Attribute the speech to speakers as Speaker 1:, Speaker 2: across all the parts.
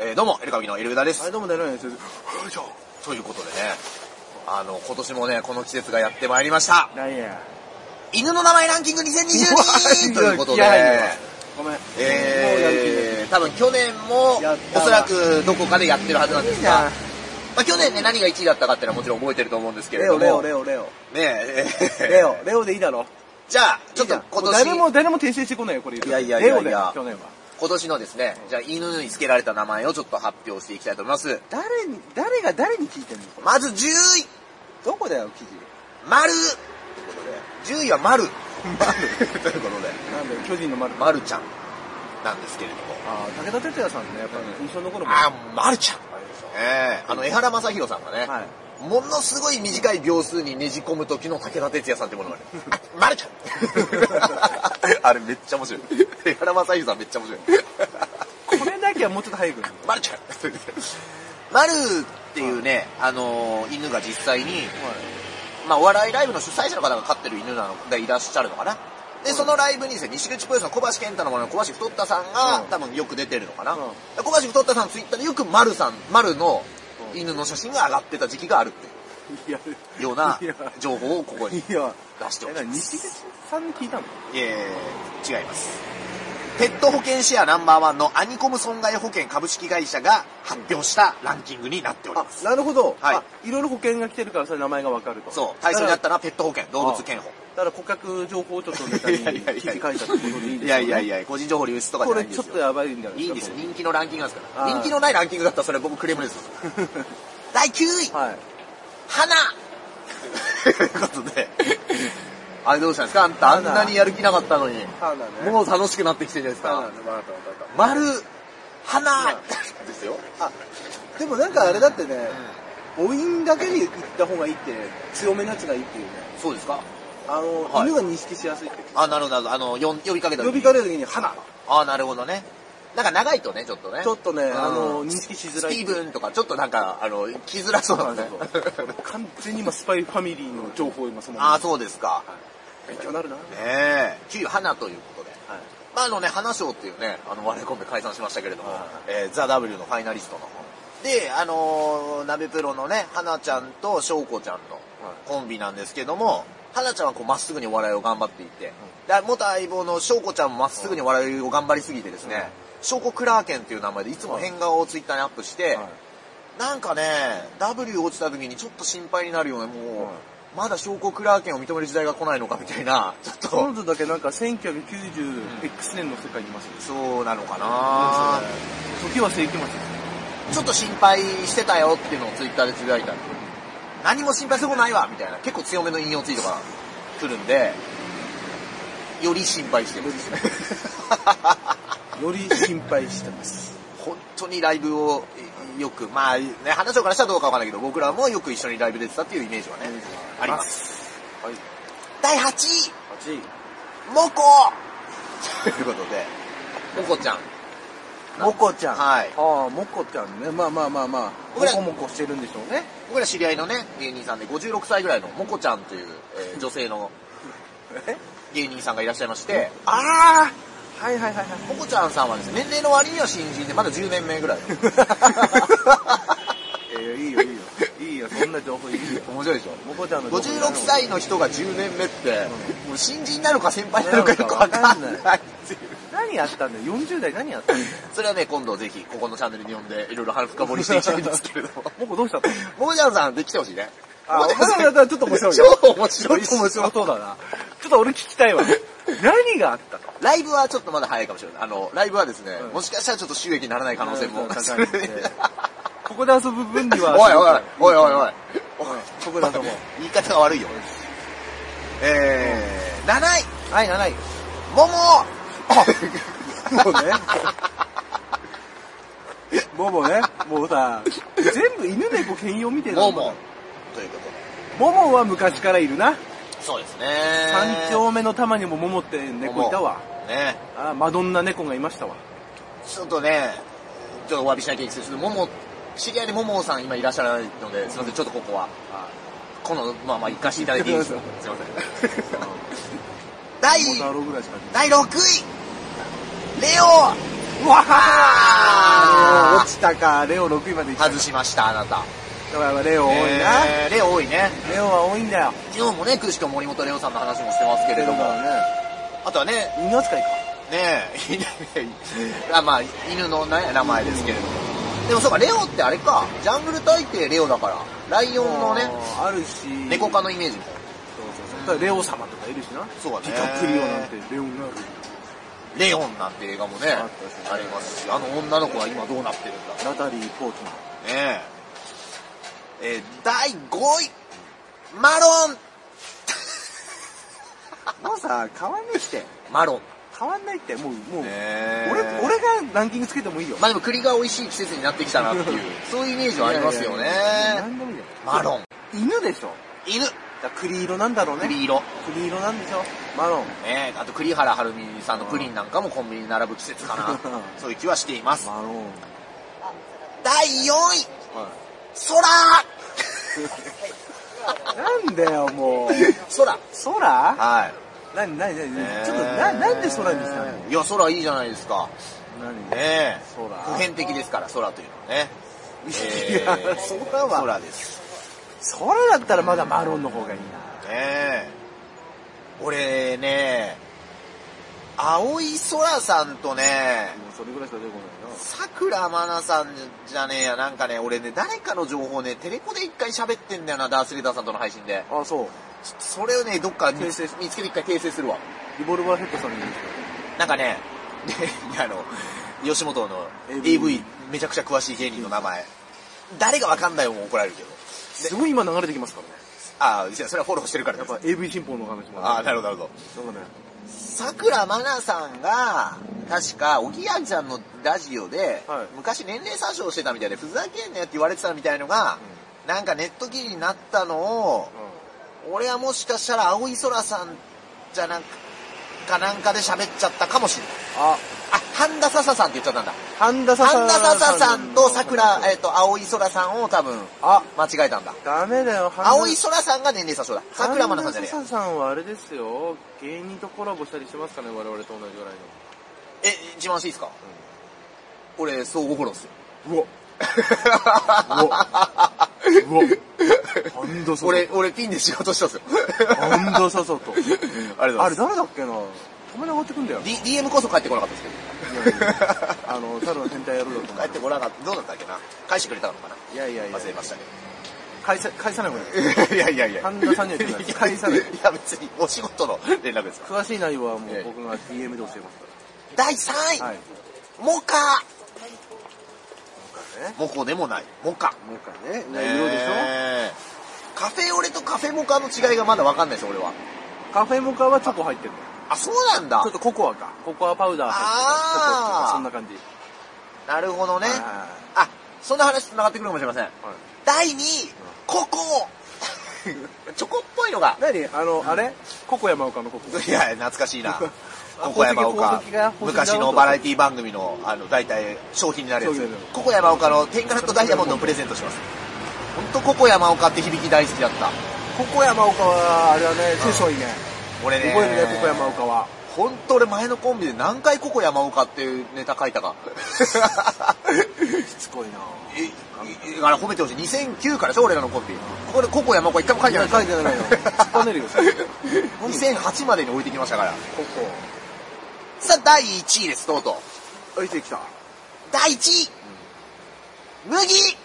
Speaker 1: えーどうも、エルカビのエルベダです。
Speaker 2: はい、どうも、ねるんです。よいしょ。
Speaker 1: ということでね、あの、今年もね、この季節がやってまいりました。
Speaker 2: 何や。
Speaker 1: 犬の名前ランキング2022ということで、
Speaker 2: ごめん。
Speaker 1: えー、多分去年も
Speaker 2: やっ、
Speaker 1: お
Speaker 2: たわ
Speaker 1: そらくどこかでやってるはずなんですが、
Speaker 2: い
Speaker 1: まあ、去年ね、何が1位だったかっていうのはもちろん覚えてると思うんですけれ
Speaker 2: レ
Speaker 1: ど
Speaker 2: オ、
Speaker 1: も、
Speaker 2: レオ、レオ、レオ。
Speaker 1: ねえ、
Speaker 2: レオ、レオでいいだろ。
Speaker 1: じゃあ、ちょっと今
Speaker 2: いいじゃん誰
Speaker 1: 年、
Speaker 2: も、誰も訂正してこないよ、これ言うと。
Speaker 1: いやいやいやいや
Speaker 2: レオだよ、去年は。
Speaker 1: 今年のですね、じゃあ犬に付けられた名前をちょっと発表していきたいと思います。
Speaker 2: 誰に、誰が誰に聞いてんのこれ
Speaker 1: まず10位、
Speaker 2: どこだよ、記事。
Speaker 1: 丸ということで、10位は丸。丸ということで、
Speaker 2: なんだよ、巨人の丸。
Speaker 1: まるちゃんなんですけれども。
Speaker 2: ああ、武田鉄矢さんね、やっぱ
Speaker 1: うん
Speaker 2: 印象に残るもん。
Speaker 1: あ
Speaker 2: あ
Speaker 1: ー、まるちゃん。
Speaker 2: れでし
Speaker 1: ええあの、江原正宏さんがね、
Speaker 2: ょ。はい。
Speaker 1: ものすごい短い秒数にねじ込む時の武田鉄矢さんってものがある。あ、まるちゃん あれめっちゃ面白い。江原正宏さんめっちゃ面白い。
Speaker 2: これだけはもうちょっと早く。
Speaker 1: まるちゃんまるっていうね、あのー犬が実際に、まあ、お笑いライブの主催者の方が飼ってる犬なのでいらっしゃるのかな。で、そのライブにですね、西口プロレスの小橋健太のものの小橋太ったさんが、
Speaker 2: うん
Speaker 1: 多分よく出てるのかな。
Speaker 2: うん
Speaker 1: で小橋太ったさんツイッターでよく丸さん、丸の犬の写真が上がってた時期があるって
Speaker 2: いや、
Speaker 1: いうよう ない
Speaker 2: や
Speaker 1: 情報をここに
Speaker 2: いや、
Speaker 1: 出しておき
Speaker 2: え、
Speaker 1: ま
Speaker 2: な
Speaker 1: す。
Speaker 2: 西口さんに聞いたの
Speaker 1: いえ違います。ペット保険シェアナンバーワンのアニコム損害保険株式会社が発表したランキングになっており
Speaker 2: あ
Speaker 1: ます。、
Speaker 2: なるほど。
Speaker 1: はい
Speaker 2: あ。いろいろ保険が来てるから、それ名前がわかると。
Speaker 1: そう、対象にあったのはペット保険、動物健保。
Speaker 2: だから顧客情報をちょっとネタに
Speaker 1: いやいやいや
Speaker 2: 記事書いたってことでいいですよ、ね、
Speaker 1: いやいやいや、個人情報流出とかじ
Speaker 2: こ
Speaker 1: ゃな
Speaker 2: れ
Speaker 1: いんで
Speaker 2: ちょっ
Speaker 1: す
Speaker 2: と
Speaker 1: よ。
Speaker 2: やばいんじゃない
Speaker 1: いいん
Speaker 2: で
Speaker 1: ですす
Speaker 2: か
Speaker 1: よ、人気のランキングですから。
Speaker 2: あー
Speaker 1: 人気のないランキングだったらそれ僕クレーム です。第9位、
Speaker 2: これはい
Speaker 1: 花ということで、あれどうしたんですかあんたあんなにやる気なかったのに、
Speaker 2: 花ねう
Speaker 1: もう楽しくなってきてるじゃないですか。
Speaker 2: ねわかったわかっ
Speaker 1: 丸、花
Speaker 2: う
Speaker 1: ですよ。
Speaker 2: たあでもなんかあれだってね母音だけで言った方がいいって強めのやつがいいっていうね
Speaker 1: そうですか
Speaker 2: あの、
Speaker 1: はい
Speaker 2: 犬が認識しやすいって
Speaker 1: あ、なるほど、なるほど。あの、よん呼びかけた
Speaker 2: 呼
Speaker 1: 時
Speaker 2: びかれる時に花
Speaker 1: あ、なるほどね。なんか長いとね、ちょっとね。
Speaker 2: ちょっとね、
Speaker 1: うん
Speaker 2: あの認識しづ
Speaker 1: ス
Speaker 2: らい
Speaker 1: ティーブンとか、ちょっとなんか、あの、来づらそうなんですね。
Speaker 2: 完全に今スパイファミリーの情報を今その
Speaker 1: ああ、そうですか。
Speaker 2: 勉強になるな、
Speaker 1: ねえ。9位、花ということで。
Speaker 2: はい
Speaker 1: まあ、あのね、花賞っていうね、あの、我れ込んで解散しましたけれども
Speaker 2: は、
Speaker 1: えー、ザ・ W のファイナリストの方。で、あのー、鍋プロのね、花ちゃんと翔子ちゃんのコンビなんですけども、花ちゃんはこう、まっすぐにお笑いを頑張っていて、で、元相棒の翔子ちゃんもまっすぐにお笑いを頑張りすぎてですね、翔子クラーケンっていう名前でいつも変顔をツイッターにアップして、
Speaker 2: はい
Speaker 1: なんかね、W 落ちた時にちょっと心配になるよね、もう、
Speaker 2: はい
Speaker 1: まだ証拠クラーケンを認める時代が来ないのかみたいな、ちょっ
Speaker 2: 彼
Speaker 1: と、
Speaker 2: 女だけなんか 1990X 年の世界にいますよ、
Speaker 1: そうなのかな
Speaker 2: 時は世紀末です
Speaker 1: ちょっと心配してたよっていうのをツイッターでつぶやいたんで何も心配することないわみたいな、結構強めの引用ツイートが来るんで、より心配してる。
Speaker 2: より心配して ます。
Speaker 1: 本当にライブをえよく、まあね、話をからしたらどうかわかんないけど、僕らもよく一緒にライブ出てたっていうイメージはね、あります。
Speaker 2: はい。
Speaker 1: 第8位
Speaker 2: 8位。
Speaker 1: モコということで、モコちゃん。
Speaker 2: モコちゃん。
Speaker 1: はい
Speaker 2: ああ、モコちゃんね。まあまあまあまあ。
Speaker 1: 僕
Speaker 2: モ
Speaker 1: ら
Speaker 2: コモコしてるんでしょうね。
Speaker 1: 僕ら知り合いのね、芸人さんで56歳ぐらいのモコちゃんという、えー女性の
Speaker 2: え
Speaker 1: 芸人さんがいらっしゃいまして、
Speaker 2: ああはいはいはいはい。
Speaker 1: モコちゃんさんはですね、年齢の割には新人でまだ10年目ぐらい。
Speaker 2: えー、いいよいいよ。いいよ、そんな情報いい よ。
Speaker 1: 面白いでしょ
Speaker 2: モコちゃんの情報
Speaker 1: 56歳の人が10年目って、もう新人なのか先輩な
Speaker 2: な
Speaker 1: の
Speaker 2: の
Speaker 1: か
Speaker 2: か
Speaker 1: よくわかん
Speaker 2: わ
Speaker 1: ないっていう。
Speaker 2: 何やったんだよ。40代何やったんだよ。
Speaker 1: それはね、今度ぜひここのチャンネルに呼んでいろいろ深掘りしていきたいんですけれども。
Speaker 2: モコどうしたの
Speaker 1: モコちゃんさんで来てほしいね。
Speaker 2: あ
Speaker 1: モコちゃんさん
Speaker 2: モコちゃんだったらちょっと面白いよ
Speaker 1: 超面
Speaker 2: ちょ
Speaker 1: 白
Speaker 2: っ
Speaker 1: いし
Speaker 2: と面白そうだな。ちょっと俺聞きたいわ。何があったの
Speaker 1: ライブはちょっとまだ早いかもしれない。あの、ライブはですね、
Speaker 2: うん
Speaker 1: もしかしたらちょっと収益にならない可能性も。
Speaker 2: 可能性も高いんでここで遊ぶ分に
Speaker 1: おい
Speaker 2: は。
Speaker 1: おい、おいおいおい。
Speaker 2: おい。ここだと思う。
Speaker 1: 言い方が悪いよ。えー、7位
Speaker 2: はい、7位。
Speaker 1: 桃
Speaker 2: もうね。ももね、もうさ、全部犬猫兼用みたいな。
Speaker 1: 桃ということ
Speaker 2: ももは昔からいるな。
Speaker 1: で。そうですね。
Speaker 2: 三丁目の玉にもももって猫いたわ。
Speaker 1: ね。
Speaker 2: あ、マドンナ猫がいましたわ。
Speaker 1: ちょっとね、ちょっとお詫びしなきゃいけないですけど、桃、知り合いで桃さん今いらっしゃらないので、すいません、ちょっとここは、この、まあまあ行かせていただいていい ですかすいません。第、
Speaker 2: モタロぐらいしか
Speaker 1: 第6位レオ
Speaker 2: うわ
Speaker 1: あー
Speaker 2: あ
Speaker 1: 落ち
Speaker 2: たか、レオ6位まで行っちゃ
Speaker 1: 外しました、あなた。
Speaker 2: だからレオ多いな。
Speaker 1: えーレオ多いね。
Speaker 2: レオは多いんだよ。
Speaker 1: 昨日もね、くしくも森本レオさんの話もしてますけれども。
Speaker 2: ね。
Speaker 1: あとはね、
Speaker 2: 犬扱いか。
Speaker 1: ねえ、 あまあ、犬のね名前ですけれども。でもそうか、レオってあれか、ジャングル大帝レオだから、ライオンのね、
Speaker 2: あるし。
Speaker 1: 猫科のイメージも。
Speaker 2: そうそうそう。だからレオ様とかいるしな。
Speaker 1: そうだね
Speaker 2: ピカプリオなんてレオになる。
Speaker 1: レオンなんて映画もね、
Speaker 2: あったしね
Speaker 1: ありますし、あの女の子は今どうなってるんだ
Speaker 2: ナタリー・ポートナー。
Speaker 1: ねえ。えー第5位、マロン
Speaker 2: もうさ、変わんないって。
Speaker 1: マロン。
Speaker 2: 変わんないって、もう、もう、
Speaker 1: ね
Speaker 2: 俺、俺がランキングつけてもいいよ。
Speaker 1: まあでも栗が美味しい季節になってきたなって いう、そういうイメージはありますよね
Speaker 2: い。やいやいやなんでもいいよ。
Speaker 1: マロン。
Speaker 2: 犬でしょ。
Speaker 1: 犬。
Speaker 2: だから栗色なんだろうね。
Speaker 1: 栗色。
Speaker 2: 栗色なんでしょ。マロン。
Speaker 1: ねえ、あと栗原はるみさんのプリンなんかもコンビニに並ぶ季節かな。 そういう気はしています。
Speaker 2: マロン。
Speaker 1: 第4位、
Speaker 2: は
Speaker 1: 空
Speaker 2: い。なんだよ、 もう。
Speaker 1: 空
Speaker 2: 空
Speaker 1: はい。
Speaker 2: なになになに
Speaker 1: ねえ
Speaker 2: ちょっとな、なんで空にしたの
Speaker 1: いや、空いいじゃないですか。
Speaker 2: 何
Speaker 1: ねえ。
Speaker 2: 空
Speaker 1: 普遍的ですから、空というのはね。
Speaker 2: いや、
Speaker 1: えー
Speaker 2: 空は、
Speaker 1: 空です。
Speaker 2: 空だったらまだマロンの方がいい
Speaker 1: ね
Speaker 2: な。
Speaker 1: え。俺ね、青い空さんとね、
Speaker 2: もうそれぐらいしか出てこな
Speaker 1: さくらまなさんじゃねえや、なんかね、俺ね、誰かの情報ね、テレコで一回喋ってんだよな、ダースレーダーさんとの配信で。
Speaker 2: いな。あ、そう。
Speaker 1: それをね、どっか見
Speaker 2: 訂
Speaker 1: つ
Speaker 2: 正
Speaker 1: 見つけて一回訂正するわ。
Speaker 2: リボルバーヘッドさんに言うんです
Speaker 1: なんかね、 であの、吉本の
Speaker 2: AV
Speaker 1: AV めちゃくちゃ詳しい芸人の名前。誰がわかんないもん怒られるけど。
Speaker 2: けど。すごい今流れてきますからね。
Speaker 1: ああ、いやそれはフォローしてるから
Speaker 2: や
Speaker 1: で
Speaker 2: っ
Speaker 1: す。
Speaker 2: ぱ AV 新法の話も
Speaker 1: ああ、なるほど、
Speaker 2: ど。
Speaker 1: なるほど。
Speaker 2: なんかね、
Speaker 1: さくらまなさんが、確か、おぎやはぎさんのラジオで、
Speaker 2: はい
Speaker 1: 昔年齢詐称してたみたいで、ふざけんなよって言われてたみたいのが、なんかネット記事になったのを、俺はもしかしたら青い空さんじゃなんか、かなんかで喋っちゃったかもしれない。
Speaker 2: あ、
Speaker 1: あ、半田笹さんって言っちゃったんだ。
Speaker 2: 神田さ
Speaker 1: 半田笹さんと桜、えっ、と、青い空さんを多分、
Speaker 2: あ、
Speaker 1: 間違えたんだ。
Speaker 2: ダメだよ、半田
Speaker 1: 青い空さんが年齢詐称だ。桜まなさんじゃねえ
Speaker 2: 神田さんはあれですよ、芸人とコラボしたりしてますかね、我々と同じぐらい
Speaker 1: や。え、自慢していいですか、俺、相互フォローっすよ。
Speaker 2: の。うわ。うわ。神田さん。
Speaker 1: 俺、、俺ピンで仕事したんですよ。
Speaker 2: 神田ささと。
Speaker 1: ありがとうございます
Speaker 2: あれ誰だっけなたまに上がってく んだよ。
Speaker 1: D、DM こそ帰ってこなかったですけ
Speaker 2: あの、ただの変態野郎だと
Speaker 1: ど。帰ってこなかった。どうだったっけな返してくれたのかない
Speaker 2: やいやいや。
Speaker 1: 忘れましたけ
Speaker 2: 返さ、返さない方がいい。
Speaker 1: ど。いやいやいや。
Speaker 2: 神田さんには言ってない返さない
Speaker 1: いや別にお仕事の連絡ですから。
Speaker 2: 詳しい内容はもう僕が DM で教えますか
Speaker 1: 第3位、
Speaker 2: ら。はい。
Speaker 1: モカ
Speaker 2: ね。
Speaker 1: モコでもない。モカ。
Speaker 2: もうかね。ね、色でしょ
Speaker 1: ねえカフェオレとカフェモカの違いがまだわかんないです、俺は。
Speaker 2: カフェモカはチョコ入ってるの。
Speaker 1: あ、そうなんだ
Speaker 2: ちょっ。とココアか。ココアパウダー入ってるチョコと
Speaker 1: あー
Speaker 2: か、そんな感じ。ね。
Speaker 1: なるほどね。
Speaker 2: は
Speaker 1: あ、そんな話繋がってくるかもしれません。
Speaker 2: い。
Speaker 1: 第2位、ココ チョコっぽいのが。
Speaker 2: 何あの、あれココ山岡のコ コ。
Speaker 1: いや、懐かしいな。
Speaker 2: あ
Speaker 1: ここ山岡
Speaker 2: 宝石が。宝石が
Speaker 1: 昔のバラエティ番組の、あの、大体、商品になるや
Speaker 2: そう
Speaker 1: つ
Speaker 2: だよね。
Speaker 1: ここ山岡の天カラットダイヤモンドをプレゼントします。ほんと、ここ山岡って響き大好きだった。
Speaker 2: ココ山岡は、あれはね、テンションいいね。
Speaker 1: 俺ね。
Speaker 2: 覚えるね、ココ山岡は。
Speaker 1: ほんと俺前のコンビで何回ここ山岡っていうネタ書いたか。
Speaker 2: しつこいな
Speaker 1: ええあら褒めてほしい。2009からでしょ、俺らのコンビ。ここでここ山岡一回も書い
Speaker 2: い
Speaker 1: てないでしょ
Speaker 2: や、書いてないよ。突っぱね るよ、それ
Speaker 1: 2008までに置いてきましたから。
Speaker 2: コ
Speaker 1: さあ、第1位です、とうとう。
Speaker 2: コ。あ、いつ来た
Speaker 1: 第1位、麦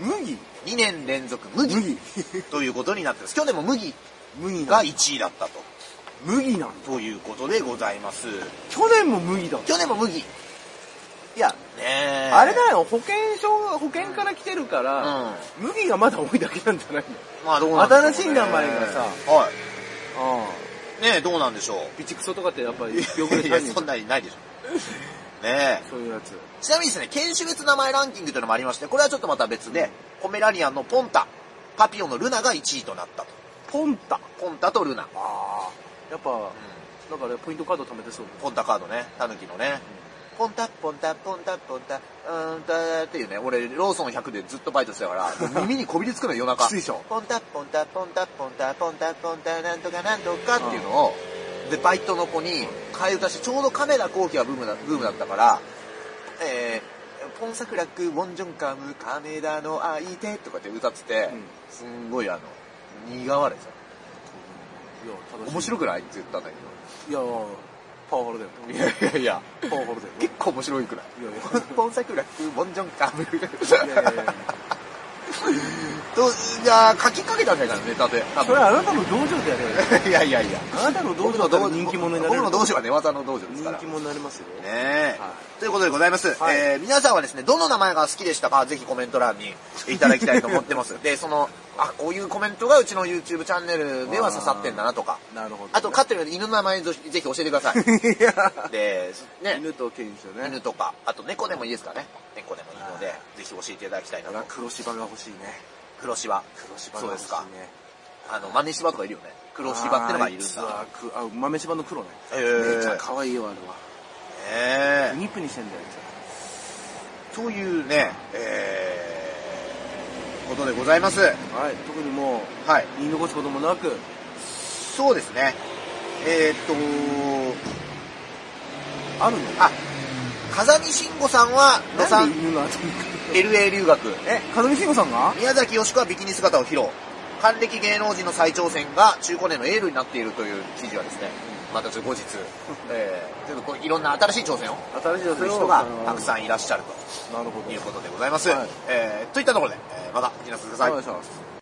Speaker 2: 麦
Speaker 1: !2 年連続麦
Speaker 2: 麦
Speaker 1: ということになってます。去年も麦 が
Speaker 2: 麦なんだ
Speaker 1: 1位だったと。
Speaker 2: 麦なんだ。
Speaker 1: ということでございます。
Speaker 2: 去年も麦だ。
Speaker 1: 去年も麦。ね
Speaker 2: いや、
Speaker 1: え。
Speaker 2: あれだよ、保険証が、保険から来てるから、麦がまだ多いだけなんじゃない
Speaker 1: まあどうなんでしょうね
Speaker 2: 新しい名前がさ
Speaker 1: は
Speaker 2: のあ
Speaker 1: い。ねえ、どうなんでしょう。
Speaker 2: あ。備蓄素とかってやっぱり、よく
Speaker 1: いや、そんなにないでしょ。ねえ。
Speaker 2: そういうやつ。
Speaker 1: ちなみにですね、犬種別名前ランキングというのもありまして、これはちょっとまた別で、ポメラニアンのポンタ、パピオンのルナが1位となったと。
Speaker 2: ポンタ。
Speaker 1: ポンタとルナ。
Speaker 2: ああ。やっぱ、なんかね、ポイントカード貯めてそう。
Speaker 1: ポンタカードね、タヌキのね。ポンタ、ポンタ、ポンタ、ポンタ、うーんたっていうね、俺、ローソン100でずっとバイトしてた から、もう耳にこびりつくのよ夜中。
Speaker 2: きついでしょ
Speaker 1: ポンタ、ポンタ、ポンタ、ポンタ、ポンタ、ポンタ、なんとかなんとかっていうのを、で、バイトの子に替え歌して、ちょうどカメラ後期はブームだブームだったから、えー、ポン桜ク、ウォンジョンカム、カメダの相手とかって歌ってて、
Speaker 2: うん
Speaker 1: すんごいあの、苦笑いさ。
Speaker 2: いや楽し
Speaker 1: 面白くないって言ったんだけ
Speaker 2: いいやパワハラだよ
Speaker 1: ど。いやいやいや、
Speaker 2: パワハラだよ
Speaker 1: 結構面白いくらい。
Speaker 2: いやいや
Speaker 1: ポン桜ク、ウォンジョンカム。
Speaker 2: いやいやいや
Speaker 1: と、じゃあ、書きかけたんじゃないかな、ネタで。多
Speaker 2: それはあなたの道場でやれよ
Speaker 1: 分。いやいやいや。
Speaker 2: あなたの道
Speaker 1: 僕
Speaker 2: 場
Speaker 1: の
Speaker 2: だ
Speaker 1: 道
Speaker 2: った
Speaker 1: 場
Speaker 2: ら人気者になれる
Speaker 1: 僕の道場は寝技の道場ですか
Speaker 2: 人
Speaker 1: ら。
Speaker 2: 気者になりますよ
Speaker 1: ねえ、
Speaker 2: は
Speaker 1: ということでございます、
Speaker 2: はい
Speaker 1: えー皆さんはですね、どの名前が好きでしたか、ぜひコメント欄にいただきたいと思ってます。で、その、あ、こういうコメントがうちの YouTube チャンネルでは刺さってんだなとか、
Speaker 2: なるほど
Speaker 1: あと飼ってる犬の名前ぜひぜひ教えてください。
Speaker 2: いや
Speaker 1: で、ね、
Speaker 2: 犬と犬種ね
Speaker 1: 犬とか、あと猫でもいいですかね。猫でもいいので
Speaker 2: は、
Speaker 1: ぜひ教えていただきたいな
Speaker 2: 俺は
Speaker 1: と。
Speaker 2: 黒芝が欲しいね
Speaker 1: 黒芝。
Speaker 2: 黒芝が欲しいね
Speaker 1: そうですあの、豆芝とかいるよね。黒芝ってのがいるんだ。
Speaker 2: あいつはくあ豆芝の黒ね
Speaker 1: え
Speaker 2: めちゃ
Speaker 1: ー、
Speaker 2: 可愛いよあれ
Speaker 1: え
Speaker 2: はプニプニしてんだよ
Speaker 1: というね、えー、ことでございます。
Speaker 2: あいつははい特にもう
Speaker 1: はい。
Speaker 2: 言い残すこともなく
Speaker 1: そうですね。えー、っ
Speaker 2: あるの
Speaker 1: と、あ、風見慎吾さんは、野さ
Speaker 2: なん
Speaker 1: ん
Speaker 2: で、犬の後に来る
Speaker 1: LA 留学。
Speaker 2: え風見慎吾さんが
Speaker 1: 宮崎よし子はビキニ姿を披露。還暦芸能人の再挑戦が中高年のエールになっているという記事はですね、またちょっと後日、えー、ちょっとこういろんな新しい挑戦を
Speaker 2: 新しい
Speaker 1: する人がたく
Speaker 2: ん
Speaker 1: さんいらっしゃる
Speaker 2: なるほ
Speaker 1: と
Speaker 2: ど
Speaker 1: いうことでございます。
Speaker 2: はい
Speaker 1: えー、といったところで、えーまた皆さんください
Speaker 2: お願い。します